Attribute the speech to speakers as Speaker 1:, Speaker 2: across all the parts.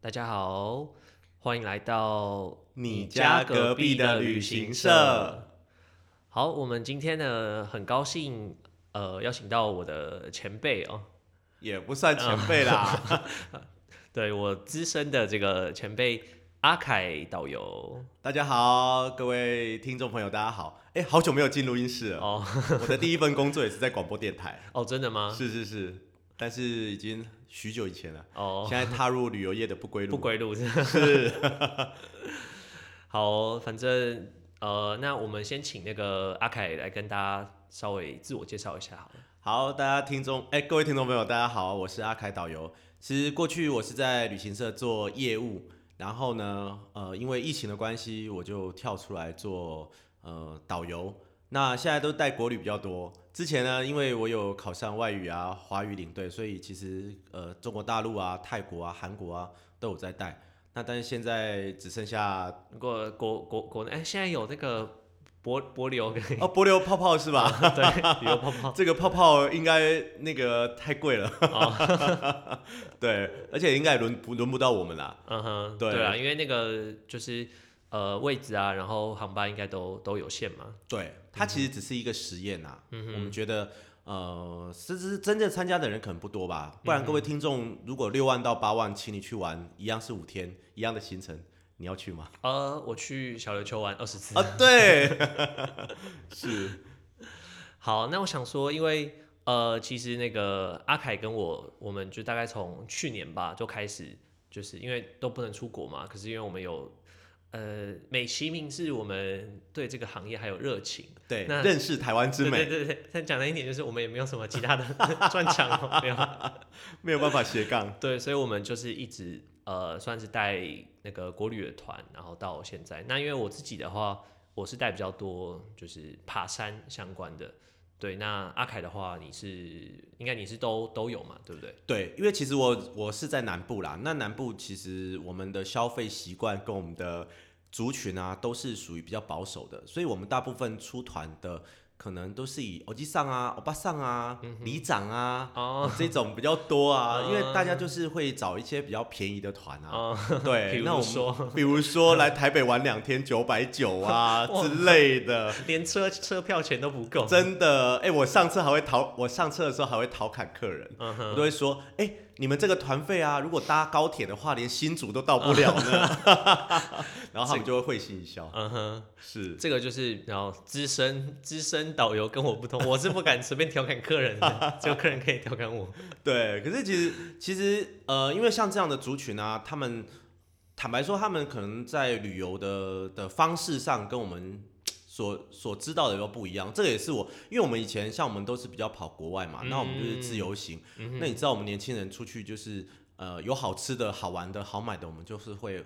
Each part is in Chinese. Speaker 1: 大家好，欢迎来到
Speaker 2: 你家隔壁的旅行社。
Speaker 1: 好，我们今天呢，很高兴呃邀请到我的前辈哦，
Speaker 2: 也不算前辈
Speaker 1: 嗯
Speaker 2: 啦。
Speaker 1: 对我资深的这个前辈阿凯导游
Speaker 2: 大家好，各位听众朋友，大家好。哎、好久没有进录音室了。
Speaker 1: 哦
Speaker 2: 我的第一份工作也是在广播 电台，
Speaker 1: 哦，真的吗？
Speaker 2: 是是是，但是已经许久以前了。
Speaker 1: 哦，
Speaker 2: 现在踏入旅游业的不归路。
Speaker 1: 不归路是
Speaker 2: 是
Speaker 1: 好哦，反正呃，那我们先请那个阿凯来跟大家稍微自我介绍一下好了。
Speaker 2: 好，大家听众，哎、各位听众朋友，大家好，我是阿凯导游。其实过去我是在旅行社做业务，然后呢，呃，因为疫情的关系，我就跳出来做呃导游。那现在都带国旅比较多。之前呢，因为我有考上外语啊、华语领队，所以其实呃中国大陆啊、泰国啊、韩国啊都有在带。那但是现在只剩下
Speaker 1: 如果国国国内哎，现在有那个博博流跟
Speaker 2: 哦，波流泡泡是吧？
Speaker 1: 对旅游泡泡
Speaker 2: 这个泡泡应该那个太贵了，
Speaker 1: 哦
Speaker 2: 对，而且应该也轮不轮不到我们啦。
Speaker 1: 嗯哼，
Speaker 2: 对
Speaker 1: 对啊，因为那个就是呃位置啊，然后航班应该都都有限嘛。
Speaker 2: 对，它其实只是一个实验呐、
Speaker 1: 嗯
Speaker 2: 我们觉得，呃，是是真正参加的人可能不多
Speaker 1: 嗯
Speaker 2: 吧，不然各位听众如果六万到八万，请你去玩，一样是五天，一样的行程，你要去吗？
Speaker 1: 呃，我去小琉球玩二十次。
Speaker 2: 啊， 对， 是
Speaker 1: 好，那我想说，因为呃，其实那个阿凯跟我，我们就大概从去年吧就开始，就是因为都不能出国嘛，可是因为我们有呃，美其名是我们对这个行业还有热情。
Speaker 2: 对，
Speaker 1: 那
Speaker 2: 认识台湾之
Speaker 1: 对对对
Speaker 2: 美，
Speaker 1: 对，但讲的一点就是我们也没有什么其他的 专长哦，没有。
Speaker 2: 没有办法斜杠。
Speaker 1: 对，所以我们就是一直呃，算是带那个国旅的团，然后到现在。那因为我自己的话，我是带比较多就是爬山相关的。对，那阿凯的话，你是应该你是都都有嘛，对不对？
Speaker 2: 对，因为其实我我是在南部啦，那南部其实我们的消费习惯跟我们的族群啊都是属于比较保守的，所以我们大部分出团的可能都是以欧吉上啊、欧巴上啊、里长啊、
Speaker 1: 嗯 哦
Speaker 2: 这种比较 多啊，
Speaker 1: 嗯
Speaker 2: 因为大家就是会找一些比较便宜的团啊。
Speaker 1: 哦， 比
Speaker 2: 对，
Speaker 1: 如
Speaker 2: 那我
Speaker 1: 说
Speaker 2: 们比如说来台北玩两天九百九啊
Speaker 1: 哇
Speaker 2: 之类的，
Speaker 1: 连车车票钱都不够。
Speaker 2: 真的，哎、我上车还会讨，我上车的时候还会调侃客人，
Speaker 1: 嗯
Speaker 2: 我都会说，哎、你们这个团费啊，如果搭高铁的话，连新竹都到不了呢。然后他们就会会心一笑。
Speaker 1: 嗯哼，
Speaker 2: 是，
Speaker 1: 这个就是然后资深资深导游跟我不同，我是不敢随便调侃客人的，只有客人可以调侃我。
Speaker 2: 对。可是其实其实呃，因为像这样的族群啊，他们坦白说，他们可能在旅游的的方式上跟我们。所所知道的又不一样，这个也是我，因为我们以前像我们都是比较跑国外嘛，那我们就是自由行。那你知道我们年轻人出去就是呃有好吃的好玩的好买的，我们就是会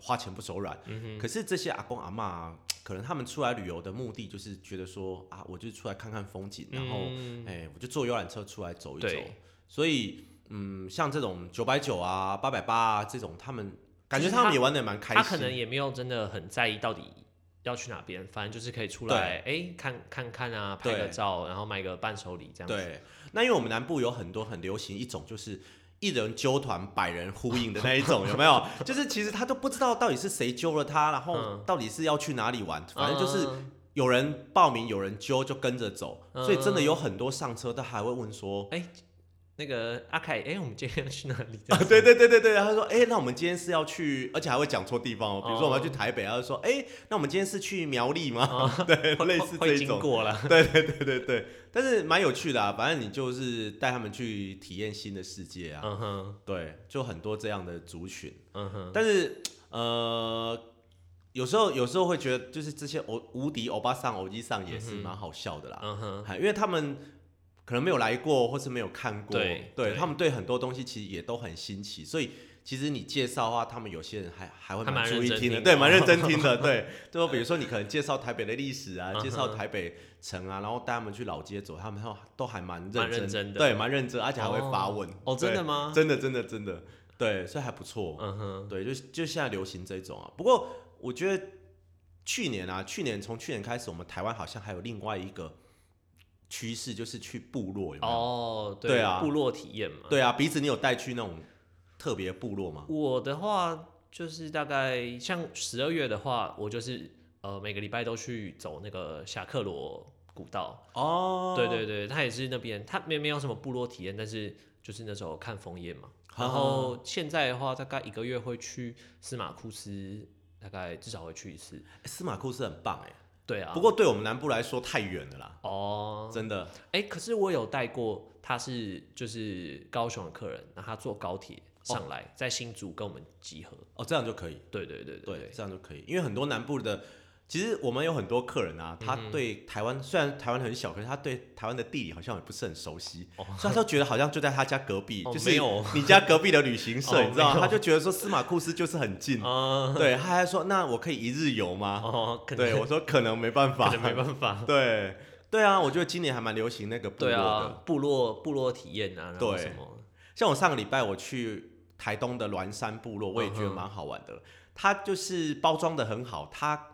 Speaker 2: 花钱不手软。可是这些阿公阿嬷啊，可能他们出来旅游的目的就是觉得说啊，我就出来看看风景，然后哎、
Speaker 1: 嗯
Speaker 2: 我就坐游览车出来走一走
Speaker 1: 对。
Speaker 2: 所以嗯，像这种九百九啊、八百八啊这种，他们感觉
Speaker 1: 就是他
Speaker 2: 他们也玩的蛮开
Speaker 1: 他
Speaker 2: 心。
Speaker 1: 可能也没有真的很在意到底要去哪边，反正就是可以出来，哎、看看看啊，拍个
Speaker 2: 对
Speaker 1: 照，然后买个伴手礼这样子。
Speaker 2: 对，那因为我们南部有很多很流行一种就是。一人揪团，百人呼应的那 一种，有没有？就是其实他都不知道到底是谁揪了他，然后
Speaker 1: 嗯
Speaker 2: 到底是要去哪里玩，反正就是
Speaker 1: 嗯
Speaker 2: 有人报名，有人揪，就跟着走。
Speaker 1: 嗯
Speaker 2: 所以真的有很多上车，他还会问说
Speaker 1: 哎那个阿凯，哎、我们今天要去哪里？：“
Speaker 2: 啊， 对对对对对。”他说：“哎、那我们今天是要去，而且还会讲错地方哦。比如说我们要去台北，他就说：‘哎、那我们今天是去苗栗吗？’ 对，
Speaker 1: 会
Speaker 2: 类似
Speaker 1: 哦会
Speaker 2: 这
Speaker 1: 经
Speaker 2: 种。
Speaker 1: 过了。
Speaker 2: 对对对对对，但是蛮有趣的啊。反正你就是带他们去体验新的世界啊。
Speaker 1: 嗯哼，
Speaker 2: 对，就很多这样的族群，
Speaker 1: 嗯哼，
Speaker 2: 但是呃，有时候有时候会觉得，就是这些欧无敌欧巴桑、欧基桑也是蛮好笑的啦，
Speaker 1: 嗯哼，
Speaker 2: 哎还因为他们可能没有来过，或是没有看过，
Speaker 1: 对对
Speaker 2: 他们对很多东西其实也都很新奇，所以其实你介绍啊，他们有些人还还会
Speaker 1: 还蛮
Speaker 2: 注
Speaker 1: 认
Speaker 2: 意
Speaker 1: 真
Speaker 2: 听的，
Speaker 1: 听
Speaker 2: 对，
Speaker 1: 的
Speaker 2: 蛮认真听的， 对，就比如说你可能介绍台北的历史啊，
Speaker 1: 嗯哼
Speaker 2: 介绍台北城啊，然后带他们去老街走，他们都都还蛮认
Speaker 1: 蛮
Speaker 2: 真
Speaker 1: 认真的
Speaker 2: 对，蛮认真，而且还会发问，
Speaker 1: 哦，真
Speaker 2: 对
Speaker 1: 的吗？
Speaker 2: 真的真的真的，对，所以还不错。
Speaker 1: 嗯哼，
Speaker 2: 对，就就现在流行这种啊。不过我觉得去年啊，去年从去年开始，我们台湾好像还有另外一个趋势，就是去部落，有没有？
Speaker 1: 哦，
Speaker 2: 对啊
Speaker 1: 部落体验嘛，
Speaker 2: 对啊，鼻子你有带去那种特别部落吗？
Speaker 1: 我的话就是大概像十二月的话，我就是呃每个礼拜都去走那个侠客罗古道。
Speaker 2: 哦，
Speaker 1: 对对对，它也是那边，它没没有什么部落体验，但是就是那时候看枫叶嘛。然
Speaker 2: 哦
Speaker 1: 后现在的话，大概一个月会去司马库斯，大概至少会去一次。
Speaker 2: 欸司马库斯很棒哎，
Speaker 1: 对啊，
Speaker 2: 不过对我们南部来说太远了啦，
Speaker 1: 哦，
Speaker 2: 真的。
Speaker 1: 哎、可是我有带过，他是就是高雄的客人，那他坐高铁上来，在新竹跟我们集合。
Speaker 2: 哦，这样就可以，
Speaker 1: 对对对
Speaker 2: 对，
Speaker 1: 对，
Speaker 2: 这样就可以，因为很多南部的，其实我们有很多客人啊，
Speaker 1: 嗯
Speaker 2: 他对台湾、虽然台湾很小，可是他对台湾的地理好像也不是很熟悉，
Speaker 1: 哦
Speaker 2: 所以他就觉得好像就在他家隔壁，
Speaker 1: 哦
Speaker 2: 就是
Speaker 1: 没有
Speaker 2: 你家隔壁的旅行 社，
Speaker 1: 哦
Speaker 2: 你知道
Speaker 1: 没
Speaker 2: 吗，
Speaker 1: 有
Speaker 2: 他就觉得说司马库斯就是很近，
Speaker 1: 啊、
Speaker 2: 对，他还说那我可以一日游吗？
Speaker 1: 哦，可能
Speaker 2: 对，我说可能没办 法，
Speaker 1: 可能没办法。
Speaker 2: 对对啊，我觉得今年还蛮流行那个部落
Speaker 1: 对
Speaker 2: 的，
Speaker 1: 啊，部落部落体验啊，然后
Speaker 2: 对
Speaker 1: 什么？
Speaker 2: 像我上个礼拜我去台东的栾山部落，我也觉得
Speaker 1: 嗯哼
Speaker 2: 蛮好玩的。它就是包装的很好，它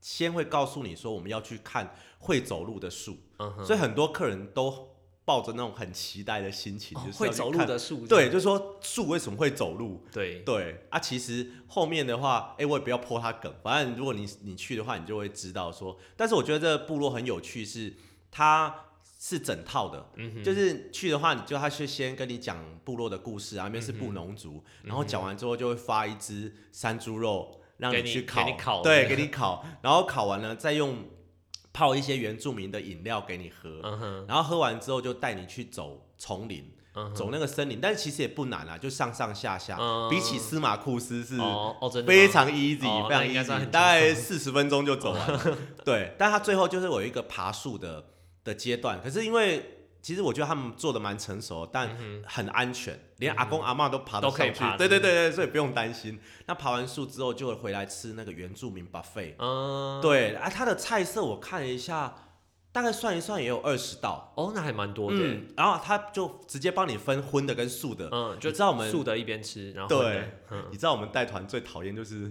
Speaker 2: 先会告诉你说我们要去看会走路的树，
Speaker 1: 嗯哼，
Speaker 2: 所以很多客人都抱着那种很期待的心情，
Speaker 1: 哦
Speaker 2: 就是
Speaker 1: 会
Speaker 2: 要去
Speaker 1: 走路
Speaker 2: 看
Speaker 1: 的树，
Speaker 2: 对，就说树为什么会走路？
Speaker 1: 对，
Speaker 2: 对啊，其实后面的话，哎、我也不要泼他梗，反正如果你你去的话，你就会知道说。但是我觉得这个部落很有趣是，它是整套的，
Speaker 1: 嗯哼，
Speaker 2: 就是去的话，你就他是先跟你讲部落的故事啊，那边是布农族，然后讲完之后就会发一只山猪肉让
Speaker 1: 给你
Speaker 2: 去烤，
Speaker 1: 给你烤
Speaker 2: 对，
Speaker 1: 的
Speaker 2: 给你烤，然后烤完了再用泡一些原住民的饮料给你喝，
Speaker 1: 嗯哼，
Speaker 2: 然后喝完之后就带你去走丛林，
Speaker 1: 嗯哼，
Speaker 2: 走那个森林，但是其实也不难啊，就上上下下，
Speaker 1: 嗯
Speaker 2: 比起司马库斯是
Speaker 1: 哦哦，真的
Speaker 2: 非
Speaker 1: 吗
Speaker 2: 常 easy，、
Speaker 1: 哦
Speaker 2: 非常
Speaker 1: 那应该算
Speaker 2: easy，
Speaker 1: 很
Speaker 2: 大概四十分钟就走 完了。对，但他最后就是有一个爬树的的阶段，可是因为其实我觉得他们做的蛮成熟，
Speaker 1: 嗯
Speaker 2: 但很安全，连阿公阿嬷都爬得
Speaker 1: 都可以
Speaker 2: 上去。
Speaker 1: 爬
Speaker 2: 对
Speaker 1: 是
Speaker 2: 对
Speaker 1: 不
Speaker 2: 对对，所以不用担心。那爬完树之后就会回来吃那个原住民 buffet。
Speaker 1: 嗯，
Speaker 2: 对啊，他的菜色我看了一下，大概算一算也有二十道。
Speaker 1: 哦，那还蛮多的，
Speaker 2: 嗯，然后他就直接帮你分荤的跟素的。
Speaker 1: 嗯，就
Speaker 2: 你知道我们
Speaker 1: 素的一边吃，然后荤
Speaker 2: 对
Speaker 1: 的，嗯，
Speaker 2: 你知道我们带团最讨厌就是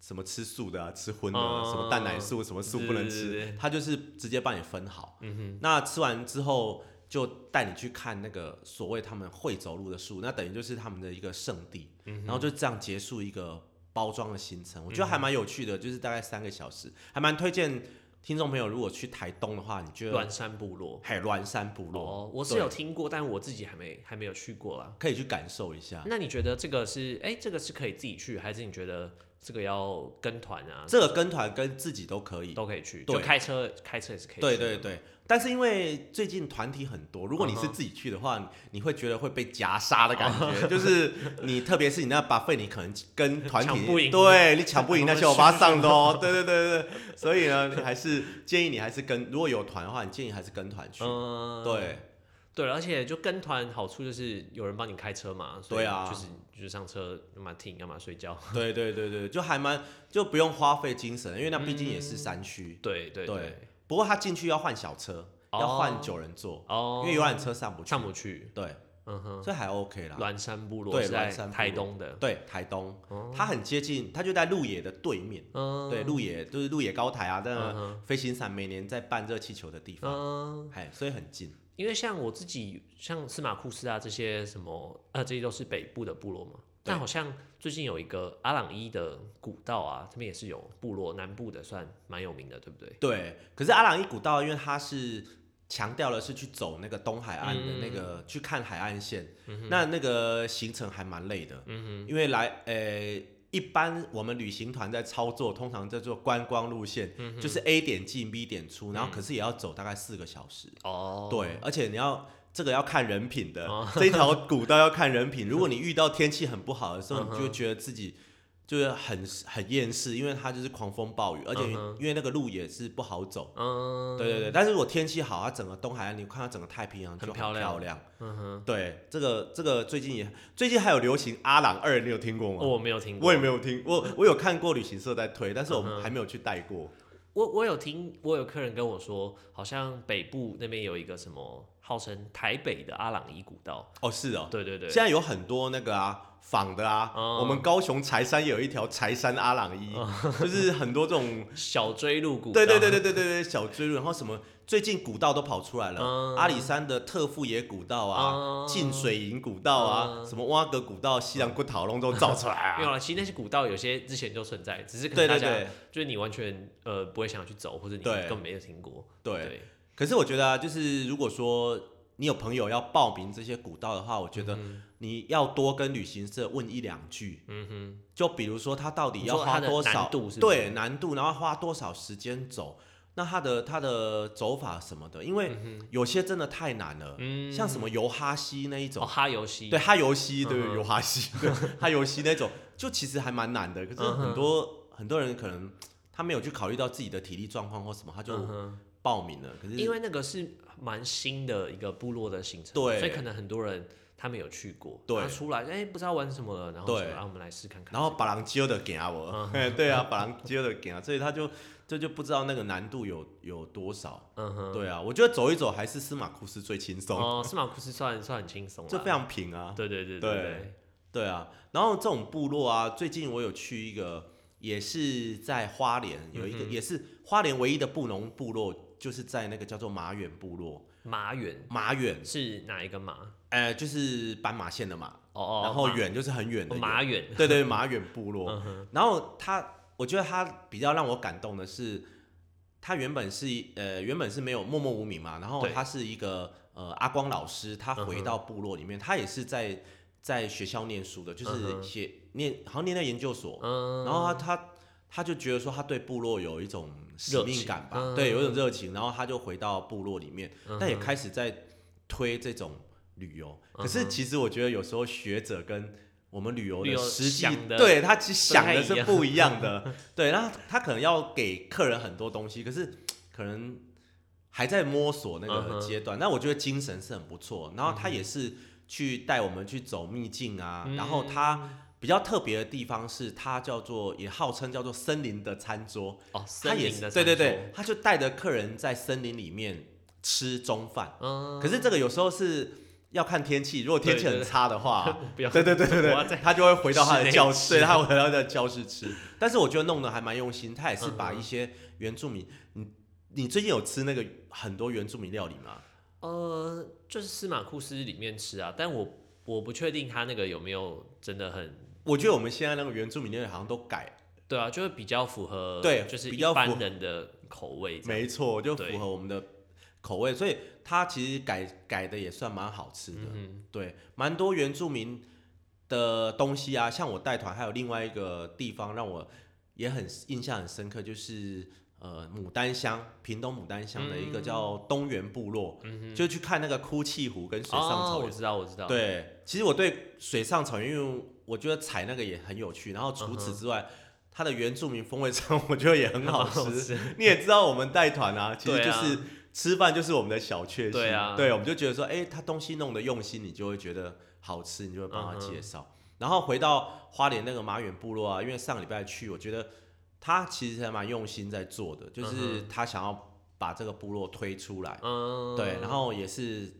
Speaker 2: 什么吃素的啊，吃荤的啊，
Speaker 1: 嗯
Speaker 2: 什么蛋奶素，什么素不能
Speaker 1: 对对对
Speaker 2: 吃
Speaker 1: 对，
Speaker 2: 他就是直接帮你分好。
Speaker 1: 嗯哼，
Speaker 2: 那吃完之后就带你去看那个所谓他们会走路的树，那等于就是他们的一个圣地，
Speaker 1: 嗯
Speaker 2: 然后就这样结束一个包装的行程，我觉得还蛮有趣的，就是大概三个小时，还蛮推荐听众朋友如果去台东的话，你 就
Speaker 1: 栾山部落。
Speaker 2: 海峦山部落
Speaker 1: 哦，我是
Speaker 2: 对
Speaker 1: 有听过，但我自己还没还没有去过啦。
Speaker 2: 可以去感受一下。
Speaker 1: 那你觉得这个是哎、这个是可以自己去，还是你觉得这个要跟团啊？
Speaker 2: 这个跟团跟自己都可以，
Speaker 1: 都可以去，
Speaker 2: 对
Speaker 1: 就开车开车也是可以去
Speaker 2: 对
Speaker 1: 的。
Speaker 2: 对对，但是因为最近团体很多，如果你
Speaker 1: 嗯
Speaker 2: 是
Speaker 1: 哼哦
Speaker 2: 自己去的话，你你会觉得会被夹杀的感觉， 就是你特别是你那把费，你可能 跟团
Speaker 1: 抢不
Speaker 2: 体，
Speaker 1: 赢
Speaker 2: 对你抢不赢 那些欧巴上的哦，对对对对，所以呢，你还是建议你还是跟，如果有团的话，你建议还是跟团去，
Speaker 1: 嗯，
Speaker 2: 对
Speaker 1: 对，而且就跟团好处就是有人帮你开车嘛，所以
Speaker 2: 对啊
Speaker 1: 就是就是上车干嘛停干嘛睡觉，
Speaker 2: 对对对对，就还蛮就不用花费精神，因为那毕竟也是山区，
Speaker 1: 对对
Speaker 2: 对不过他进去要换小车，
Speaker 1: 哦
Speaker 2: 要换九人座，
Speaker 1: 哦
Speaker 2: 因，为游览车上不去
Speaker 1: 上，不去，
Speaker 2: 对，
Speaker 1: 嗯哼，
Speaker 2: 所以还 OK 啦。
Speaker 1: 峦山部落
Speaker 2: 对
Speaker 1: 是在
Speaker 2: 峦山部落
Speaker 1: 台东的，
Speaker 2: 对，台东，它很接近，它就在鹿野的对面。
Speaker 1: 嗯，
Speaker 2: 对，鹿野就是鹿野高台啊，
Speaker 1: 嗯
Speaker 2: 那
Speaker 1: 哼
Speaker 2: 飞行伞每年在办热气球的地方，
Speaker 1: 嗯。
Speaker 2: 哎，所以很近。
Speaker 1: 因为像我自己，像司马库斯啊这些什么，呃，这些都是北部的部落嘛。但好像最近有一个阿朗伊的古道啊，这边也是有部落，南部的算蛮有名的，对不对？
Speaker 2: 对，可是阿朗伊古道，因为它是强调了是去走那个东海岸的那个、去看海岸线，那那个行程还蛮累的，因为来呃。一般我们旅行团在操作，通常在做观光路线，就是 A 点进 B 点出，然后可是也要走大概四个小时。
Speaker 1: 哦，
Speaker 2: 对，而且你要这个要看人品的， 这一条古道要看人品。如果你遇到天气很不好的时候，
Speaker 1: 嗯
Speaker 2: 你
Speaker 1: 哼
Speaker 2: 就会觉得自己就是很很厌世，因为它就是狂风暴雨，而且
Speaker 1: 嗯哼
Speaker 2: 因为那个路也是不好走。
Speaker 1: 嗯，
Speaker 2: 对对对，但是如果天气好，它整个东海岸，你看到整个太平洋就
Speaker 1: 很
Speaker 2: 很
Speaker 1: 漂亮
Speaker 2: 漂亮。
Speaker 1: 嗯哼，
Speaker 2: 对，这个这个最近也最近还有流行阿朗二，你有听过吗？
Speaker 1: 哦我没有听过，
Speaker 2: 我也没有听，我我有看过旅行社在推，但是我
Speaker 1: 嗯
Speaker 2: 们还没有去带过。
Speaker 1: 我我有听，我有客人跟我说，好像北部那边有一个什么号称台北的阿朗伊古道。
Speaker 2: 哦，是哦，
Speaker 1: 对对对，
Speaker 2: 现在有很多那个啊仿的啊，
Speaker 1: 嗯
Speaker 2: 我们高雄柴山有一条柴山阿朗伊，就是很多这种，
Speaker 1: 小椎路哦古道。
Speaker 2: 对对对对对对对小追路，然后什么最近古道都跑出来了，
Speaker 1: 嗯
Speaker 2: 阿里山的特富野古道啊，
Speaker 1: 嗯
Speaker 2: 进、水营古道啊，
Speaker 1: 哦
Speaker 2: 什么挖格古道、西凉古塔龙都造出来
Speaker 1: 没有
Speaker 2: 啊，
Speaker 1: 啦，其实那些古道有些之前就存在，只是可
Speaker 2: 对
Speaker 1: 能哦大
Speaker 2: 对
Speaker 1: 家
Speaker 2: 对
Speaker 1: 就是你完全呃不会想要去走，或者你
Speaker 2: 对
Speaker 1: 根本没有听过。
Speaker 2: 对。可是我觉得啊，就是如果说你有朋友要报名这些古道的话，我
Speaker 1: 嗯
Speaker 2: 觉得你要多跟旅行社问一两句。嗯哼，就比如说他到底要花多
Speaker 1: 你说它的
Speaker 2: 少
Speaker 1: 难度是不是
Speaker 2: 对难度，然后花多少时间走，那他的他的走法什么的，因为有些真的太难了，
Speaker 1: 嗯
Speaker 2: 像什么游哈西那一种
Speaker 1: 哦，，哈游戏，
Speaker 2: 对，哈游西，对
Speaker 1: 嗯哼
Speaker 2: 游哈西， 对哈游西那种，就其实还蛮难的。可是
Speaker 1: 嗯哼
Speaker 2: 很多很多人可能他没有去考虑到自己的体力状况或什么，他就
Speaker 1: 嗯哼，
Speaker 2: 报名了。可是
Speaker 1: 因为那个是蛮新的一个部落的行程，
Speaker 2: 对
Speaker 1: 所以可能很多人他没有去过，
Speaker 2: 对
Speaker 1: 他出来哎不知道玩什么了，然后
Speaker 2: 对
Speaker 1: 什么让我们来试看看，
Speaker 2: 然后把人揪的给啊我，嘿
Speaker 1: 嗯
Speaker 2: 对啊，把人揪的给啊，所以他就这就不知道那个难度有有多少。
Speaker 1: 嗯哼，
Speaker 2: 对啊，我觉得走一走还是司马库斯最轻松，
Speaker 1: 哦，司马库斯算算很轻松
Speaker 2: 这
Speaker 1: 了
Speaker 2: 非，常平啊。
Speaker 1: 对对对
Speaker 2: 对
Speaker 1: 对，
Speaker 2: 对啊，然后这种部落啊，最近我有去一个，也是在花莲有
Speaker 1: 嗯
Speaker 2: 一个，也是花莲唯一的布农部落，就是在那个叫做马远部落，
Speaker 1: 马远
Speaker 2: 马远，
Speaker 1: 是哪一个马？
Speaker 2: 呃，就是斑马线的马，
Speaker 1: 哦哦，
Speaker 2: 然后
Speaker 1: 马
Speaker 2: 远就是很远的
Speaker 1: 哦
Speaker 2: 远
Speaker 1: 马远，嗯
Speaker 2: 对对，马远部落。然后他，我觉得他比较让我感动的是，他原本是一呃原本是没有默默无名嘛，然后
Speaker 1: 对嗯
Speaker 2: 他是一个呃阿光老师，他回到部落里面，他也是在在学校念书的，就
Speaker 1: 嗯
Speaker 2: 是
Speaker 1: 哼
Speaker 2: 写念好像念在研究所，
Speaker 1: 嗯，
Speaker 2: 然后他他他就觉得说他对部落有一种使
Speaker 1: 热
Speaker 2: 命
Speaker 1: 情
Speaker 2: 感吧，
Speaker 1: 嗯
Speaker 2: 对，有一种热情，然后他就回到部落里面，
Speaker 1: 嗯
Speaker 2: 但也
Speaker 1: 哼
Speaker 2: 开始在推这种旅游。可是
Speaker 1: 嗯哼
Speaker 2: 其实我觉得有时候学者跟我们旅游
Speaker 1: 旅
Speaker 2: 的
Speaker 1: 游
Speaker 2: 实际
Speaker 1: 想，的
Speaker 2: 对他其实
Speaker 1: 不
Speaker 2: 想
Speaker 1: 太
Speaker 2: 的
Speaker 1: 一
Speaker 2: 是
Speaker 1: 样
Speaker 2: 不一样的， 对，然后他可能要给客人很多东西，可是可能还在摸索那
Speaker 1: 嗯
Speaker 2: 个
Speaker 1: 哼
Speaker 2: 阶段。那我觉得精神是很不错，然后他也是去带我们去走秘境啊，
Speaker 1: 嗯
Speaker 2: 然后他。比较特别的地方是，它叫做也号称叫做森林的餐桌，
Speaker 1: 哦，
Speaker 2: 它
Speaker 1: 森
Speaker 2: 也
Speaker 1: 林
Speaker 2: 是
Speaker 1: 的
Speaker 2: 对对
Speaker 1: 传
Speaker 2: 对，他就带着客人在森林里面吃中饭。
Speaker 1: 说，嗯，
Speaker 2: 哦可是这个有时候是要看天气，如果天气
Speaker 1: 对
Speaker 2: 很
Speaker 1: 对
Speaker 2: 差的 话，
Speaker 1: 不要，
Speaker 2: 对对对对
Speaker 1: 我要
Speaker 2: 对，
Speaker 1: 在
Speaker 2: 他就会回到他
Speaker 1: 室
Speaker 2: 的
Speaker 1: 内
Speaker 2: 教
Speaker 1: 吃
Speaker 2: 室，对，他回到他的教室吃。但是我觉得弄得还蛮用心，他也是把
Speaker 1: 嗯哼
Speaker 2: 一些原住民，你你最近有吃那个很多原住民料理吗？
Speaker 1: 呃，就是司马库斯里面吃啊，但我我不确定他那个有没有真的很
Speaker 2: 我觉得我们现在那个原住民料理好像都改
Speaker 1: 对啊，就会比较符合
Speaker 2: 对
Speaker 1: 就是
Speaker 2: 比
Speaker 1: 一
Speaker 2: 较符
Speaker 1: 般人的口味这样。
Speaker 2: 没错，就符
Speaker 1: 对
Speaker 2: 合我们的口味，所以它其实改改的也算蛮好吃的。
Speaker 1: 嗯
Speaker 2: 对，蛮多原住民的东西啊，像我带团，还有另外一个地方让我也很印象很深刻，就是呃牡丹乡，屏东牡丹乡的一个叫东源部落，就去看那个哭泣湖跟
Speaker 1: 哼，
Speaker 2: 水上草
Speaker 1: 嗯哦，
Speaker 2: 原。
Speaker 1: 我知道，我知道。，
Speaker 2: 对，其实我对水上草原，因为我觉得踩那个也很有趣，然后除
Speaker 1: 嗯
Speaker 2: 此之外。它的原住民风味餐，我觉得也 很好吃。
Speaker 1: 吃。
Speaker 2: 你也知道我们带团啊，其实
Speaker 1: 对
Speaker 2: 就
Speaker 1: 啊
Speaker 2: 是、吃饭就是我们的小确幸。
Speaker 1: 对啊
Speaker 2: 我们就觉得说，哎、他东西弄得用心，你就会觉得好吃，你就会帮他
Speaker 1: 嗯哼
Speaker 2: 介绍。然后回到花莲那个马远部落啊，因为上个礼拜去，我觉得他其实还蛮用心在做的，就是
Speaker 1: 嗯
Speaker 2: 他想要把这个部落推出来。
Speaker 1: 嗯，
Speaker 2: 对，然后也是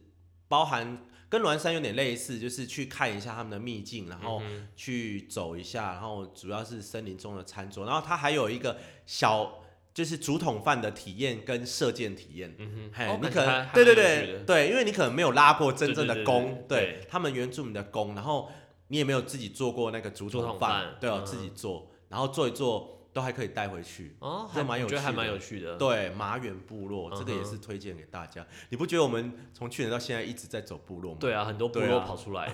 Speaker 2: 包含跟栾山有点类似，就是去看一下他们的秘境，
Speaker 1: 嗯
Speaker 2: 然后去走一下，然后主要是森林中的餐桌，然后它还有一个小。就是竹筒饭的体验跟射箭体验，
Speaker 1: 嗯哼
Speaker 2: 嘿，
Speaker 1: 哦
Speaker 2: 你
Speaker 1: 感觉
Speaker 2: 可
Speaker 1: 还
Speaker 2: 能
Speaker 1: 还
Speaker 2: 对对
Speaker 1: 蛮有趣
Speaker 2: 对
Speaker 1: 的
Speaker 2: 对，因为你可能没有拉过真
Speaker 1: 对
Speaker 2: 正
Speaker 1: 对
Speaker 2: 的
Speaker 1: 对
Speaker 2: 弓，
Speaker 1: 对
Speaker 2: 对
Speaker 1: 对
Speaker 2: 他们原住民的弓，然后你也没有自己做过那个竹
Speaker 1: 竹
Speaker 2: 筒
Speaker 1: 筒
Speaker 2: 饭
Speaker 1: 饭，
Speaker 2: 对哦，
Speaker 1: 嗯
Speaker 2: 自己做，然后做一做都还可以带回去，
Speaker 1: 哦，
Speaker 2: 这
Speaker 1: 还
Speaker 2: 蛮有
Speaker 1: 我觉得
Speaker 2: 趣
Speaker 1: 还蛮
Speaker 2: 的
Speaker 1: 有趣的。
Speaker 2: 对，马远部落、这个也
Speaker 1: 嗯嗯哼
Speaker 2: 是推荐给大家。你不觉得我们从去年到现在一直在走部落吗？
Speaker 1: 对啊，很多部
Speaker 2: 对
Speaker 1: 落
Speaker 2: 啊
Speaker 1: 跑 出来。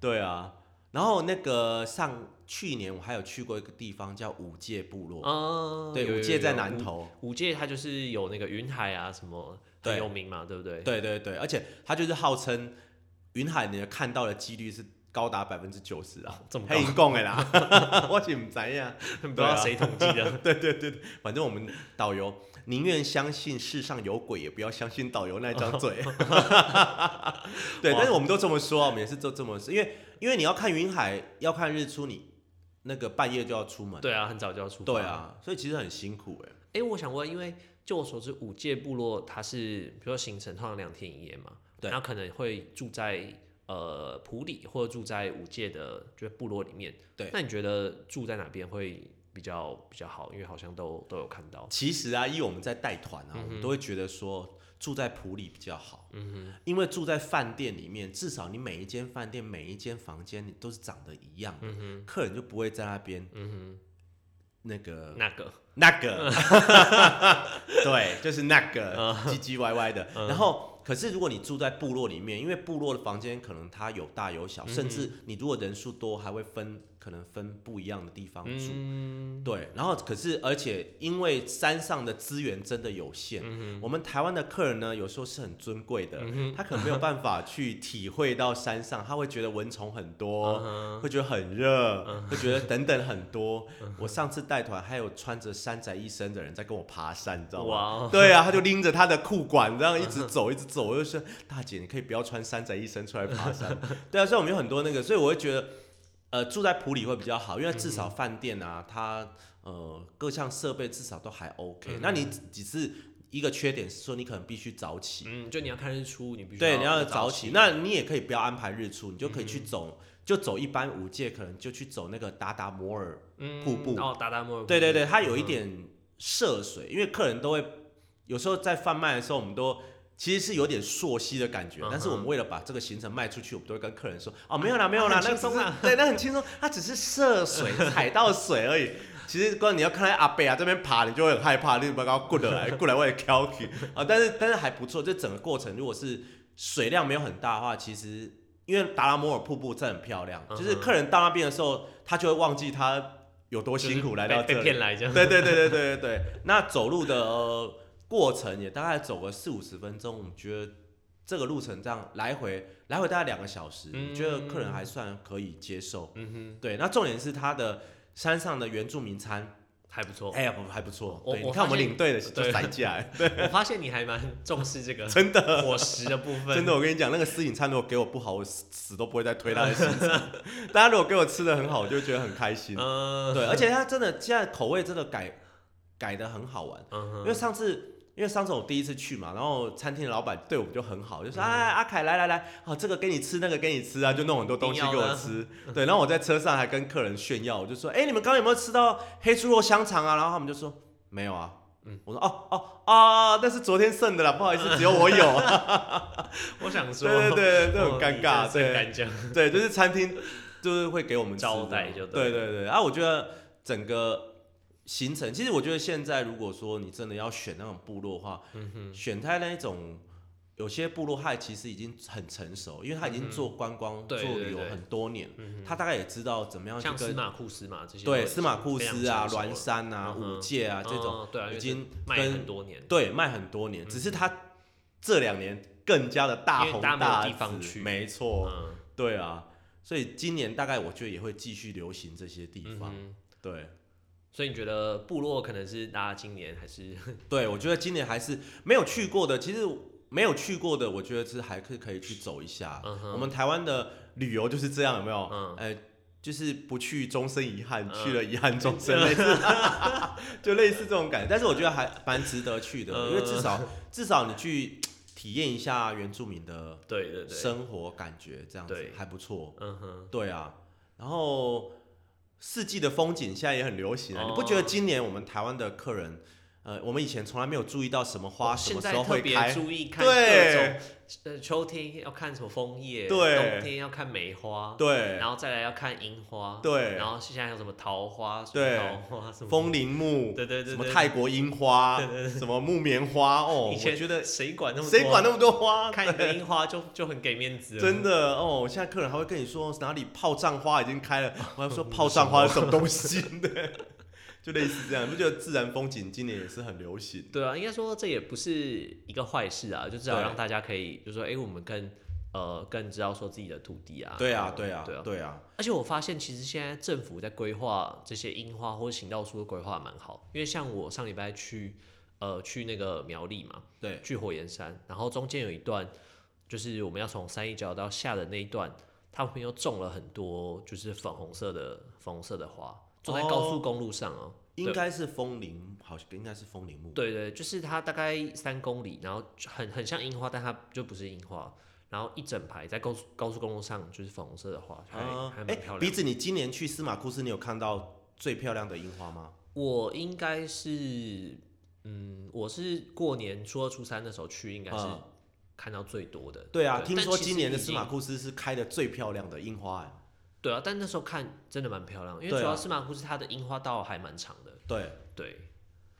Speaker 2: 对啊。然后那个上去年我还有去过一个地方叫五界部落，
Speaker 1: 嗯，有
Speaker 2: 对，五
Speaker 1: 有
Speaker 2: 界在
Speaker 1: 有
Speaker 2: 南
Speaker 1: 五
Speaker 2: 投，
Speaker 1: 五界它就是有那个云海啊什么
Speaker 2: 对
Speaker 1: 很有名嘛，对不对？
Speaker 2: 对对对，而且它就是号称云海你看到的几率是高达百分之九十啊，
Speaker 1: 这么
Speaker 2: 黑
Speaker 1: 高，
Speaker 2: 银供的啦， 我是唔知呀。
Speaker 1: 不知
Speaker 2: 对啊
Speaker 1: 道谁统计的。
Speaker 2: 对对对，对反正我们导游宁愿相信世上有鬼，也不要相信导游那 张嘴。对，
Speaker 1: 哇
Speaker 2: 但是我们都这么说啊，我们也是都这么说，因为因为你要看云海，要看日出，你那个半夜就要出门。
Speaker 1: 对啊，很早就要出发。
Speaker 2: 对啊，所以其实很辛苦哎、
Speaker 1: 哎、我想问，因为就我所知，五界部落它是比如说行程通常两天一夜嘛，
Speaker 2: 对
Speaker 1: 然后可能会住在呃普里或者住在五界的就是部落里面。
Speaker 2: 对
Speaker 1: 那你觉得住在哪边会比较比较好？因为好像都都有看到。
Speaker 2: 其实啊，以我们在带团啊，我们都会觉得说住在普里比较好，嗯哼，因为住在饭店里面，至少你每一间饭店每一间房间你都是长得一样的，客人就不会在那边，嗯嗯哼，那个
Speaker 1: 那个
Speaker 2: 那个， 对，就是那个唧唧歪歪的。然后，可是如果你住在部落里面，因为部落的房间可能它有大有小，甚至你如果人数多，还会分可能分不一样的地方住。
Speaker 1: 嗯，
Speaker 2: 对，然后可是而且因为山上的资源真的有限，我们台湾的客人呢有时候是很尊贵的，他可能没有办法去体会到山上，他会觉得蚊虫很多，会觉得很热，会觉得等等很多。我上次带团还有穿着山寨一身的人在跟我爬山，你知道吗？
Speaker 1: 哇，
Speaker 2: 对啊，他就拎着他的裤管，这样一直走，一直走。我就说：“大姐，你可以不要穿山仔一身出来爬 山。”对啊，所以我们有很多那个，所以我会觉得，呃，住在普里会比较好，因为至少饭店啊，它呃各项设备至少都还 OK、那你只是一个缺点是说，你可能必须早起，
Speaker 1: 嗯，就你要看日出，你必须
Speaker 2: 对，你要
Speaker 1: 早
Speaker 2: 早起。嗯那你也可以不要安排日出，你就可以去走，就走一般五界，可能就去走那个达达摩尔
Speaker 1: 嗯
Speaker 2: 瀑布
Speaker 1: 哦，达达摩尔瀑布，
Speaker 2: 对对对，它 有一
Speaker 1: 嗯
Speaker 2: 点涉水，因为客人都会有时候在贩卖的时候，我们都其实是有点溯溪的感觉，
Speaker 1: 嗯
Speaker 2: 但是我们为了把这个行程卖出去，我们都会跟客人说哦，没有啦，没有啦，
Speaker 1: 啊很
Speaker 2: 那
Speaker 1: 轻
Speaker 2: 个只
Speaker 1: 松
Speaker 2: 是对，那很轻松，它只是涉水踩到水而已。其实光你要看到阿贝啊这边爬，你就会很害怕，你不要过来，过来我也挑起啊。但是但是还不错，这整个过程如果是水量没有很大的话，其实因为达拉摩尔瀑布真的很漂亮，就是
Speaker 1: 嗯哼
Speaker 2: 客人到那边的时候，他就会忘记他有多
Speaker 1: 就是
Speaker 2: 辛苦来
Speaker 1: 被
Speaker 2: 到这
Speaker 1: 被
Speaker 2: 里。
Speaker 1: 骗来这样，
Speaker 2: 对对对对对对对。那走路的、呃过程也大概走个四五十分钟，我觉得这个路程这样来回来回大概两个小时，
Speaker 1: 嗯
Speaker 2: 我觉得客人还算可以接受。
Speaker 1: 嗯
Speaker 2: 对，那重点是它的山上的原住民餐，
Speaker 1: 哼，还不错。
Speaker 2: 哎呀，不还不错。
Speaker 1: 哦我
Speaker 2: 对，
Speaker 1: 我
Speaker 2: 你看我
Speaker 1: 发
Speaker 2: 们
Speaker 1: 现
Speaker 2: 领队的就
Speaker 1: 对
Speaker 2: 塞起 来，
Speaker 1: 我发现你还蛮重视这个
Speaker 2: 真的。
Speaker 1: 伙食的部分，
Speaker 2: 真的，我跟你讲，那个私隐餐如果给我不好，我死死都不会再推他的 行程。大家如果给我吃的很好，我就会觉得很开心。
Speaker 1: 嗯，
Speaker 2: 对，而且它真的现在口味真的改改的很好玩。
Speaker 1: 嗯哼
Speaker 2: 因为上次因为上次我第一次去嘛，然后餐厅的老板对我们就很好，就说、哎阿凯来来来，好、这个给你吃，那个给你吃啊，就弄很多东西
Speaker 1: 一定要
Speaker 2: 给我
Speaker 1: 的
Speaker 2: 吃。对，然后我在车上还跟客人炫耀，我就说哎、你们刚刚有没有吃到黑猪肉香肠啊？然后他们就说没有啊。嗯，我说哦哦啊，那是昨天剩的啦，不好意思，只有我 有。
Speaker 1: 我想说，
Speaker 2: 对对 对，这
Speaker 1: 哦
Speaker 2: 很尴
Speaker 1: 你
Speaker 2: 尬，
Speaker 1: 真的是很
Speaker 2: 对
Speaker 1: 敢讲，
Speaker 2: 对，就是餐厅就是会给我们吃的
Speaker 1: 招待就
Speaker 2: 对
Speaker 1: 对
Speaker 2: 对对。啊，我觉得整个行程，其实我觉得现在如果说你真的要选那种部落的话，
Speaker 1: 嗯
Speaker 2: 选在那一种有些部落它其实已经很成熟，因为它已经做观光、
Speaker 1: 嗯对
Speaker 2: 做
Speaker 1: 对
Speaker 2: 旅游
Speaker 1: 对嗯
Speaker 2: 很多年，他大概也知道怎么样去
Speaker 1: 像司
Speaker 2: 跟
Speaker 1: 马库斯嘛这些都已
Speaker 2: 对
Speaker 1: 经
Speaker 2: 司马库
Speaker 1: 非常
Speaker 2: 斯啊、
Speaker 1: 成熟了
Speaker 2: 栾山啊、
Speaker 1: 嗯哼
Speaker 2: 五界啊这种，
Speaker 1: 哦对啊，因为
Speaker 2: 已经
Speaker 1: 这卖
Speaker 2: 跟
Speaker 1: 很多年，
Speaker 2: 对卖很多年，只是它这两年更加的大
Speaker 1: 因
Speaker 2: 红
Speaker 1: 为大家没有
Speaker 2: 大
Speaker 1: 地方
Speaker 2: 紫
Speaker 1: 去
Speaker 2: 没错。
Speaker 1: 嗯，
Speaker 2: 对啊，所以今年大概我觉得也会继续流行这些地
Speaker 1: 嗯
Speaker 2: 方。
Speaker 1: 哼
Speaker 2: 对，
Speaker 1: 所以你觉得部落可能是大家今年还是
Speaker 2: 对我觉得今年还是没有去过的，其实没有去过的，我觉得是还可以可以去走一下。
Speaker 1: 嗯
Speaker 2: 我们台湾的旅游就是这样，有没有？
Speaker 1: 嗯
Speaker 2: 呃，就是不去终身遗憾，
Speaker 1: 嗯
Speaker 2: 去了遗憾终 身，类似， 就类似这种感觉。但是我觉得还蛮值得去的，因为至少
Speaker 1: 嗯
Speaker 2: 至少你去体验一下原住民的
Speaker 1: 对对对，
Speaker 2: 生活感觉，这样子
Speaker 1: 对
Speaker 2: 还不错。
Speaker 1: 嗯哼，
Speaker 2: 对啊，然后四季的风景现在也很流行啊，
Speaker 1: 哦
Speaker 2: 你不觉得今年我们台湾的客人，呃，我们以前从来没有注意到什么花啊
Speaker 1: 哦
Speaker 2: 什
Speaker 1: 现
Speaker 2: 么时
Speaker 1: 在
Speaker 2: 候
Speaker 1: 特
Speaker 2: 会
Speaker 1: 别
Speaker 2: 开？
Speaker 1: 注意看各
Speaker 2: 对
Speaker 1: 种，呃，秋天要看什么枫叶，
Speaker 2: 对
Speaker 1: 冬天要看梅花，
Speaker 2: 对
Speaker 1: 然后再来要看樱花，
Speaker 2: 对
Speaker 1: 然后现在有什么桃花，什么
Speaker 2: 对
Speaker 1: 桃花什么
Speaker 2: 风铃木，
Speaker 1: 对对对对
Speaker 2: 什么泰国樱花，什么木棉花哦，我
Speaker 1: 以前
Speaker 2: 觉得
Speaker 1: 谁管那么多
Speaker 2: 谁管那么多花？
Speaker 1: 看一个樱花就就很给面子了，
Speaker 2: 真的哦，现在客人还会跟你说哪里炮仗花已经开 了，我还说炮仗花是什么东西对， 就类似这样，你不觉得自然风景今年也是很流行？
Speaker 1: 对啊，应该说这也不是一个坏事啊，就至少
Speaker 2: 对
Speaker 1: 让大家可以，就是说，哎、我们更呃更知道说自己的土地啊。
Speaker 2: 对啊，
Speaker 1: 对
Speaker 2: 对啊，
Speaker 1: 啊。
Speaker 2: 对啊，
Speaker 1: 而且我发现，其实现在政府在规划这些樱花或者行道树的规划蛮好，因为像我上礼拜去呃去那个苗栗嘛，
Speaker 2: 对，啊
Speaker 1: 去火焰山，然后中间有一段就是我们要从山一角到下的那一段，他们又种了很多就是粉红色的粉红色的花，种在高速公路上哦、
Speaker 2: 应该是枫林，好像应该是枫林木。
Speaker 1: 对对，就是它大概三公里，然后就很很像樱花，但它就不是樱花。然后一整排在高速高速公路上就是粉红色的花，还、
Speaker 2: 啊
Speaker 1: 还，蛮
Speaker 2: 哎
Speaker 1: 漂，亮
Speaker 2: 鼻
Speaker 1: 的。
Speaker 2: 子，你今年去司马库斯，你有看到最漂亮的樱花吗？
Speaker 1: 我应该是，嗯，我是过年初二初三的时候去，应该是
Speaker 2: 嗯
Speaker 1: 看到最多的。
Speaker 2: 对啊，听
Speaker 1: 但
Speaker 2: 说
Speaker 1: 其
Speaker 2: 今
Speaker 1: 实
Speaker 2: 年的
Speaker 1: 已
Speaker 2: 司马
Speaker 1: 经
Speaker 2: 库斯是开的最漂亮的樱花、哎，
Speaker 1: 对啊，但那时候看真的蛮漂亮，因为
Speaker 2: 对
Speaker 1: 主要
Speaker 2: 啊
Speaker 1: 司马库斯它的樱花道还蛮长的。
Speaker 2: 对，
Speaker 1: 对，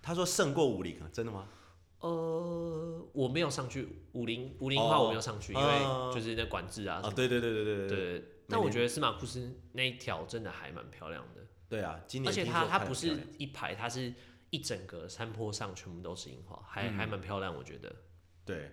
Speaker 2: 他说胜过五林啊，真的吗？
Speaker 1: 呃，我没有上去武林武林花，
Speaker 2: 哦
Speaker 1: 我没有上去，因
Speaker 2: 嗯
Speaker 1: 为就是那管制啊
Speaker 2: 啊
Speaker 1: 什，么
Speaker 2: 对对对对对
Speaker 1: 的。
Speaker 2: 对
Speaker 1: 对，但我
Speaker 2: 年
Speaker 1: 觉得司马库斯那一条真的还蛮漂亮的，
Speaker 2: 对啊！今
Speaker 1: 而
Speaker 2: 年
Speaker 1: 且
Speaker 2: 听
Speaker 1: 它
Speaker 2: 说
Speaker 1: 它
Speaker 2: 开得
Speaker 1: 不
Speaker 2: 很漂
Speaker 1: 是
Speaker 2: 亮
Speaker 1: 一排，它是一整个山坡上全部都是樱花，还还蛮漂亮，
Speaker 2: 嗯
Speaker 1: 我觉得。
Speaker 2: 对，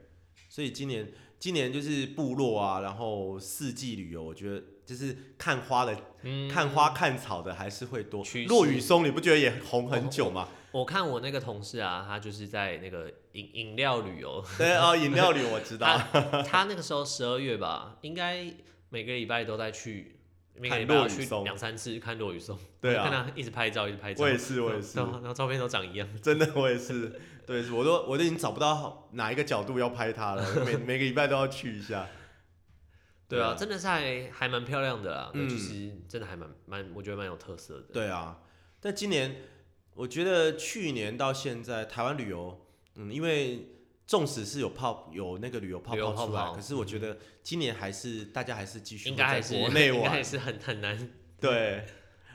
Speaker 2: 所以今年今年就是部落啊，然后四季旅游，我觉得就是看花的、
Speaker 1: 嗯，
Speaker 2: 看花看草的还是会多
Speaker 1: 趋。势
Speaker 2: 落雨松你不觉得也红很 久吗？
Speaker 1: 我看我那个同事啊，他就是在那个饮饮料旅游，
Speaker 2: 对哦，饮料旅我知道，
Speaker 1: 他那个时候十二月吧，应该每个礼拜都在去，每个
Speaker 2: 看
Speaker 1: 礼拜要
Speaker 2: 落雨
Speaker 1: 去
Speaker 2: 松
Speaker 1: 两三次看落雨松，
Speaker 2: 对
Speaker 1: 看
Speaker 2: 啊，
Speaker 1: 他一直拍照，一直拍照，
Speaker 2: 我也是我也是
Speaker 1: 然，后然后照片都长一样，
Speaker 2: 真的我也是，对，我都我都已经找不到哪一个角度要拍它了，每 每个礼拜都要去一下。
Speaker 1: 对啊，，真的是还还蛮漂亮的啦，
Speaker 2: 嗯
Speaker 1: 就是真的还蛮蛮，我觉得蛮有特色的，
Speaker 2: 对啊，但今年我觉得去年到现在台湾旅游，嗯，因为纵使是有泡有那个旅游泡
Speaker 1: 旅游
Speaker 2: 泡出来，
Speaker 1: 泡泡嗯
Speaker 2: 可是我觉得今年还是大家还是继续
Speaker 1: 应该还
Speaker 2: 在
Speaker 1: 是
Speaker 2: 国内
Speaker 1: 应该
Speaker 2: 玩
Speaker 1: 还，是很很难，
Speaker 2: 对。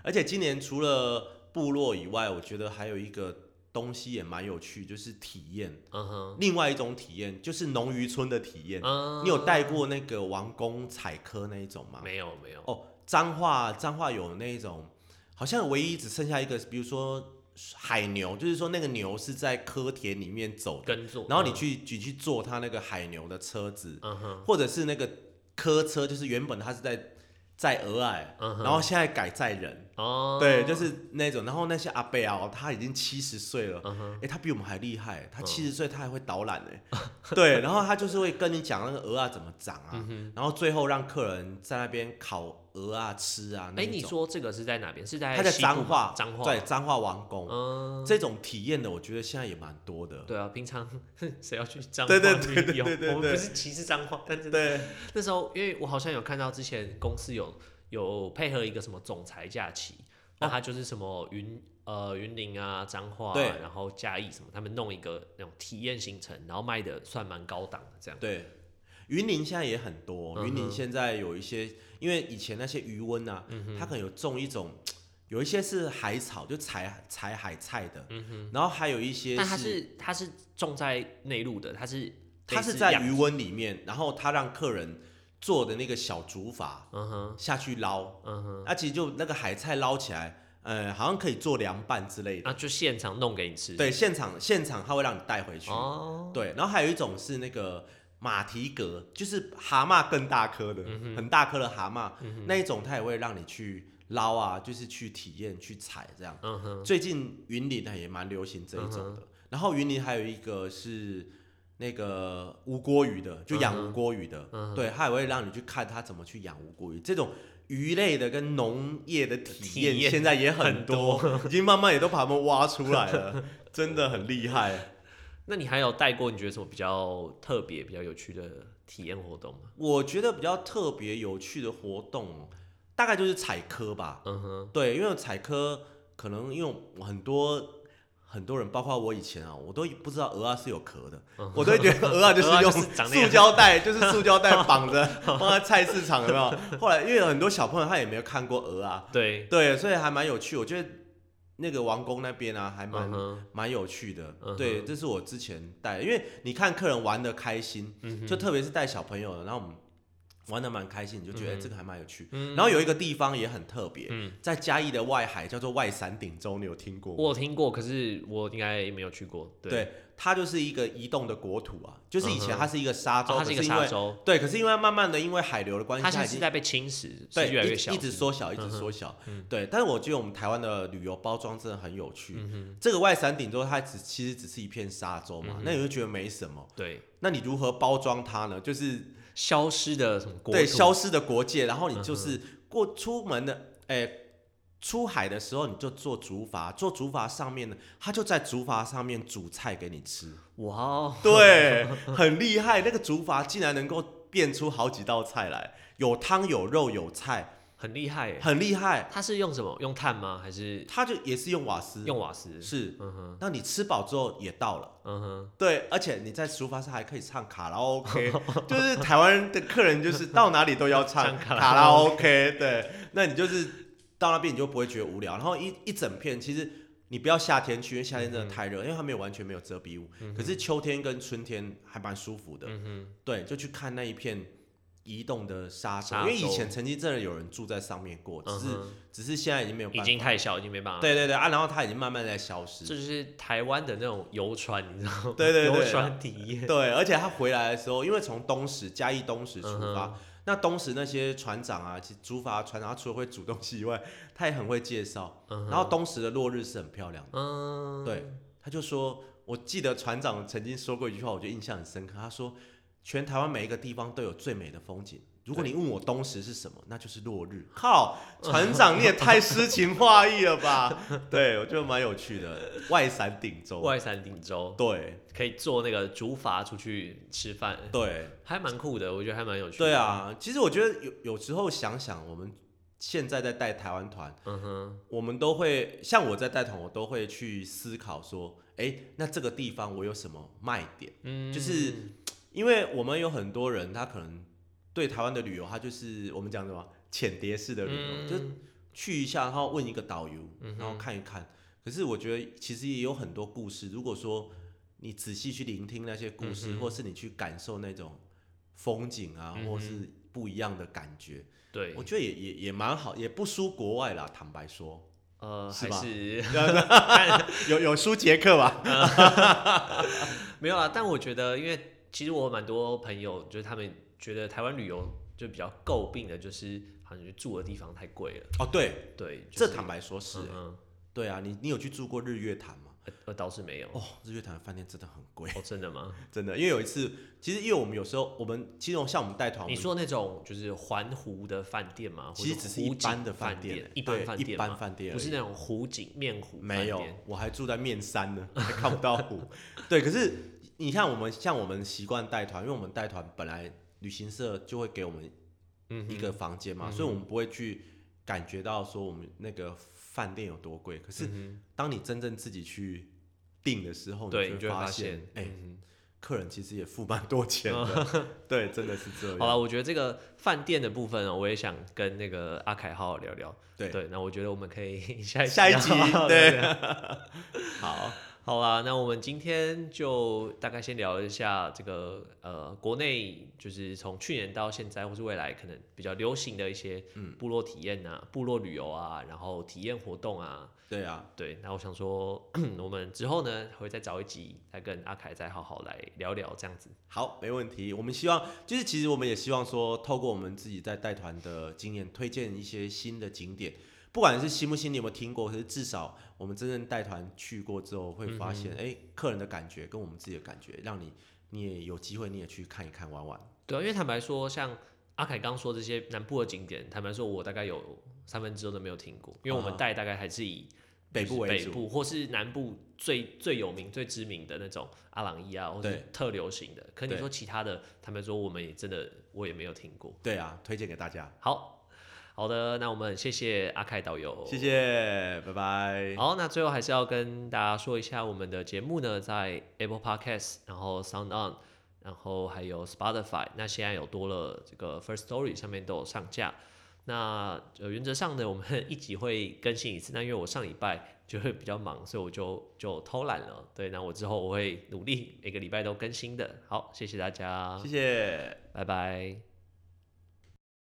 Speaker 2: 而且今年除了部落以外，我觉得还有一个东西也蛮有趣，就是体验。
Speaker 1: 嗯哼，
Speaker 2: 另外一种体验就是农渔村的体验。
Speaker 1: 嗯，
Speaker 2: 你有带过那个王宫采科那一种吗？
Speaker 1: 没有没有，
Speaker 2: 哦，彰化彰化有那一种，好像唯一只剩下一个，比如说海牛，就是说那个牛是在科田里面走的，
Speaker 1: 跟做，
Speaker 2: 然后你去你去坐它那个海牛的车子，
Speaker 1: 嗯哼，
Speaker 2: 或者是那个科车，就是原本它是在载鹅矮，
Speaker 1: 嗯哼，
Speaker 2: 然后现在改载人，
Speaker 1: 哦，
Speaker 2: 对，就是那种，然后那些阿贝啊，他已经七十岁了。
Speaker 1: 嗯哼，
Speaker 2: 哎、他比我们还厉害，他
Speaker 1: 嗯
Speaker 2: 七十岁他还会导 览呢。对，然后他就是会跟你讲那个鹅啊怎么长啊，
Speaker 1: 嗯
Speaker 2: 然后最后让客人在那边烤鹅啊吃啊那
Speaker 1: 哎，
Speaker 2: 一
Speaker 1: 你
Speaker 2: 种。
Speaker 1: 说这个是在哪边？是在
Speaker 2: 他在
Speaker 1: 西部
Speaker 2: 彰化
Speaker 1: 吗，彰化，
Speaker 2: 对，彰化王宫、
Speaker 1: 嗯，
Speaker 2: 这种体验的，我觉得现在也蛮多的。
Speaker 1: 对啊，平常 谁要去彰化
Speaker 2: 对
Speaker 1: 旅
Speaker 2: 对
Speaker 1: 游？
Speaker 2: 对对对对
Speaker 1: 我们
Speaker 2: 对
Speaker 1: 不是歧视彰化，但是
Speaker 2: 对
Speaker 1: 那时候因为我好像有看到之前公司有有配合一个什么总裁假期，那他就是什么云呃云林啊、彰化、啊
Speaker 2: 哦对，
Speaker 1: 然后嘉义什么，他们弄一个那种体验行程，然后卖的算蛮高档的这样。
Speaker 2: 对，云林现在也很多，云
Speaker 1: 嗯
Speaker 2: 林
Speaker 1: 哼
Speaker 2: 现在有一些，因为以前那些渔翁啊，
Speaker 1: 嗯
Speaker 2: 它可能有种一种，有一些是海草，就采采海菜的，然后还有一些
Speaker 1: 嗯但它是它是种在内陆的，它是
Speaker 2: 它是
Speaker 1: 类似
Speaker 2: 在
Speaker 1: 养
Speaker 2: 余温里面，然后他让客人做的那个小竹筏
Speaker 1: 嗯哼
Speaker 2: 下去捞，
Speaker 1: 嗯哼，
Speaker 2: 那、其实就那个海菜捞起来，呃，好像可以做凉拌之类的。
Speaker 1: 那就现场弄给你吃。
Speaker 2: 对，现场现场他会让你带回去。
Speaker 1: 哦，
Speaker 2: 对，然后还有一种是那个马蹄蛤，就是蛤蟆更大颗的，很大颗的蛤蟆、那一种，他也会让你去捞啊，就是去体验去采这样。
Speaker 1: 嗯哼，
Speaker 2: 最近云林呢也蛮流行这一种的，然后云林还有一个是那个无锅鱼的，就养无锅鱼的，
Speaker 1: 嗯
Speaker 2: 对，它也会让你去看它怎么去养无锅鱼。这种鱼类的跟农业的体
Speaker 1: 体
Speaker 2: 验
Speaker 1: 验
Speaker 2: 现在也很
Speaker 1: 很
Speaker 2: 多，已经慢慢也都把它们挖出来了，真的很厉害。啊
Speaker 1: 那你还有带过你觉得什么比较特别、比较有趣的体验活动吗？
Speaker 2: 我觉得比较特别有趣的活动，大概就是采科吧，
Speaker 1: 嗯哼，
Speaker 2: 对，因为采科可能因为我很多很多人，包括我以前啊，我都不知道鹅啊是有壳的，我都觉得鹅啊就
Speaker 1: 嗯鹅啊
Speaker 2: 是
Speaker 1: 就
Speaker 2: 用
Speaker 1: 是长那样
Speaker 2: 塑胶袋，就是塑胶袋 绑着放在菜市场，有没有？后来因为很多小朋友他也没有看过鹅啊，
Speaker 1: 对，
Speaker 2: 对，所以还蛮有趣。我觉得那个王宫那边啊，还蛮
Speaker 1: 嗯哼，
Speaker 2: 蛮有趣的
Speaker 1: 嗯。哼
Speaker 2: 对，这是我之前带，因为你看客人玩的开心，
Speaker 1: 嗯
Speaker 2: 就特别是带小朋友的，然后我们玩的蛮开心，你就觉
Speaker 1: 嗯
Speaker 2: 得、
Speaker 1: 哼
Speaker 2: 哎这个还蛮有趣。
Speaker 1: 嗯
Speaker 2: 然后有一个地方也很特别，
Speaker 1: 嗯
Speaker 2: 在嘉义的外海叫做外伞顶洲，你有听过吗？
Speaker 1: 我有听过，可是我应该没有去过。对，
Speaker 2: 对，它就是一个移动的国土啊，就是以前它是一个沙
Speaker 1: 啊
Speaker 2: 洲，
Speaker 1: 它是一个
Speaker 2: 可
Speaker 1: 沙
Speaker 2: 因为
Speaker 1: 洲，
Speaker 2: 对，可是因为慢慢的因为海流的关系，
Speaker 1: 它现
Speaker 2: 它
Speaker 1: 在
Speaker 2: 已
Speaker 1: 是
Speaker 2: 经
Speaker 1: 在被侵蚀，
Speaker 2: 对
Speaker 1: 是越来
Speaker 2: 一
Speaker 1: 越
Speaker 2: 直
Speaker 1: 小，
Speaker 2: 一直缩小，一直
Speaker 1: 嗯哼
Speaker 2: 缩小。
Speaker 1: 嗯
Speaker 2: 对，但是我觉得我们台湾的旅游包装真的很有趣。
Speaker 1: 嗯
Speaker 2: 这个外伞顶洲它只其实只是一片沙洲
Speaker 1: 嗯
Speaker 2: 嘛，那你就觉得没什么。
Speaker 1: 对，
Speaker 2: 那你如何包装它呢？就是
Speaker 1: 消失的什么国
Speaker 2: 对
Speaker 1: 土嗯
Speaker 2: 消失的国界，然后你就是过出门的，哎、出海的时候你就做竹筏，做竹筏上面呢，他就在竹筏上面煮菜给你吃。
Speaker 1: 哇哦，
Speaker 2: 对，很厉害，那个竹筏竟然能够变出好几道菜来，有汤有肉有菜，
Speaker 1: 很厉害耶！
Speaker 2: 很厉害。
Speaker 1: 它是用什么？用碳吗？还是
Speaker 2: 他就也是用瓦斯，
Speaker 1: 用瓦斯？
Speaker 2: 是，
Speaker 1: 嗯哼，
Speaker 2: 那你吃饱之后也到了。
Speaker 1: 嗯哼，
Speaker 2: 对，而且你在竹筏上还可以唱卡 拉 OK，就是台湾的客人就是到哪里都要唱
Speaker 1: 唱卡拉
Speaker 2: 卡拉 OK，对，那你就是到那边你就不会觉得无聊，然后一一整片其实你不要夏天去，因为夏天真的太热，因为它没有完全没有遮蔽物，可是秋天跟春天还蛮舒服的，
Speaker 1: 嗯哼，
Speaker 2: 对，就去看那一片移动的沙洲，
Speaker 1: 沙
Speaker 2: 因为以
Speaker 1: 洲
Speaker 2: 前曾经真的有人住在上面过，只
Speaker 1: 嗯
Speaker 2: 是、
Speaker 1: 哼，
Speaker 2: 只是现在已经没有办
Speaker 1: 已
Speaker 2: 法，
Speaker 1: 经太小，已经没办法。，
Speaker 2: 对对对啊，然后它已经慢慢在消失，
Speaker 1: 这就是台湾的那种游船，你知道吗？
Speaker 2: 对对对
Speaker 1: 游船体 验。
Speaker 2: 对，而且他回来的时候，因为从东石嘉义东石出发，
Speaker 1: 嗯
Speaker 2: 那东石那些船长啊，其实竹筏船长他除了会煮东西以外，他也很会介绍。
Speaker 1: 嗯哼
Speaker 2: 然后东石的落日是很漂亮的，
Speaker 1: 嗯，
Speaker 2: 对，他就说，我记得船长曾经说过一句话，我就印象很深刻。他说，全台湾每一个地方都有最美的风景。如果你问我东石是什么，那就是落日。靠，船长你也太诗情画意了 吧？对，我觉得蛮有趣的，外山顶洲。
Speaker 1: 外山顶洲
Speaker 2: 对
Speaker 1: 可以坐那个竹筏出去吃饭，
Speaker 2: 对，
Speaker 1: 还蛮酷的，我觉得还蛮有趣的。
Speaker 2: 对，啊，其实我觉得有有时候想想，我们现在在带台湾团，
Speaker 1: 嗯哼，
Speaker 2: 我们都会像我在带团，我都会去思考说，哎，那这个地方我有什么卖点？
Speaker 1: 嗯，
Speaker 2: 就是因为我们有很多人，他可能对台湾的旅游，他就是我们讲什么浅碟式的旅游，
Speaker 1: 嗯
Speaker 2: 就去一下，然后问一个导游，然后看一看。可是我觉得其实也有很多故事，如果说你仔细去聆听那些故
Speaker 1: 嗯
Speaker 2: 事，
Speaker 1: 哼
Speaker 2: 或是你去感受那种风景啊，
Speaker 1: 嗯哼
Speaker 2: 或是不一样的感觉，
Speaker 1: 对，
Speaker 2: 我觉得也也也蛮好，也不输国外啦。坦 白说，
Speaker 1: 呃，
Speaker 2: 是
Speaker 1: 还
Speaker 2: 吧
Speaker 1: 是
Speaker 2: 有有输捷克 吧？
Speaker 1: 没有啦，但我觉得，因为其实我有蛮多朋友，就是他们觉得台湾旅游就比较诟病的，就是好像就住的地方太贵了。
Speaker 2: 哦，对，
Speaker 1: 对，就
Speaker 2: 这
Speaker 1: 是
Speaker 2: 坦白说是、
Speaker 1: 嗯嗯
Speaker 2: 对啊，你你有去住过日月潭吗？
Speaker 1: 呃呃倒是没 有。
Speaker 2: 哦，日月潭的饭店真的很贵。
Speaker 1: 哦，真的吗？
Speaker 2: 真的，因为有一次，其实因为我们有时候我们其实像我们带团，我
Speaker 1: 你
Speaker 2: 们
Speaker 1: 说那种就是环湖的饭店吗？
Speaker 2: 其实只是一
Speaker 1: 啊或者湖景
Speaker 2: 般的
Speaker 1: 饭
Speaker 2: 店，
Speaker 1: 一
Speaker 2: 对
Speaker 1: 般饭
Speaker 2: 一
Speaker 1: 店
Speaker 2: 般
Speaker 1: 吗，
Speaker 2: 饭店而
Speaker 1: 不
Speaker 2: 已，
Speaker 1: 是那种湖景面湖饭
Speaker 2: 没有
Speaker 1: 店，
Speaker 2: 我还住在面山呢，还看不到 湖。对，可是你看我们像我们习惯带团，因为我们带团本来旅行社就会给我们
Speaker 1: 嗯哼
Speaker 2: 一个房间嘛，
Speaker 1: 嗯哼
Speaker 2: 所以我们不会去感觉到说我们那个饭店有多贵。可是
Speaker 1: 嗯
Speaker 2: 当你真正自己去订的时候，
Speaker 1: 哼对，
Speaker 2: 你
Speaker 1: 你就
Speaker 2: 会
Speaker 1: 会发
Speaker 2: 现，哎、
Speaker 1: 嗯
Speaker 2: 客人其实也付蛮多钱的。 对，真的是这
Speaker 1: 哼
Speaker 2: 样。
Speaker 1: 好了，我觉得这个饭店的部分哦，我也想跟那个阿凯好好聊聊。
Speaker 2: 对
Speaker 1: 对，那我觉得我们可以 下一
Speaker 2: 下一集
Speaker 1: 好好聊
Speaker 2: 对
Speaker 1: 聊
Speaker 2: 好，
Speaker 1: 好啦，那我们今天就大概先聊一下这个呃，国内就是从去年到现在，或是未来可能比较流行的一些
Speaker 2: 嗯
Speaker 1: 部落体验啊、部落旅游啊，然后体验活动啊。
Speaker 2: 对啊，
Speaker 1: 对，那我想说， 我们之后呢会再找一集来跟阿凯再好好来聊聊这样子。
Speaker 2: 好，没问题。我们希望，就是其实我们也希望说，透过我们自己在带团的经验，推荐一些新的景点，不管是新不新，你有没有听过，可是至少我们真正带团去过之后，会发
Speaker 1: 嗯
Speaker 2: 现，哎、客人的感觉跟我们自己的感觉，让你你也有机会，你也去看一看玩玩。
Speaker 1: 对啊，因为坦白说，像阿凯刚说这些南部的景点，坦白说，我大概有三分之二都没有听过，因为我
Speaker 2: 啊
Speaker 1: 们带大概还是以
Speaker 2: 北部为
Speaker 1: 北
Speaker 2: 主，
Speaker 1: 部或是南部最最有名、最知名的那种阿朗伊啊，或
Speaker 2: 对
Speaker 1: 是特流行的。可你
Speaker 2: 对
Speaker 1: 说其他的，他们说我们也真的我也没有听过。
Speaker 2: 对啊，推荐给大家，
Speaker 1: 好，好的，那我们谢谢阿凯导游，
Speaker 2: 谢。谢，拜拜。
Speaker 1: 好，那最后还是要跟大家说一下，我们的节目呢在 Apple Podcast，然后 Sound On，然后还有 Spotify，那现在有多了这个 First Story 上面都有上架。那呃原则上呢，我们一集会更新一次。那因为我上礼拜就会比较忙，所以我就就偷懒了。对，那我之后我会努力每个礼拜都更新的。好，谢谢大家
Speaker 2: 谢，谢。
Speaker 1: 拜拜。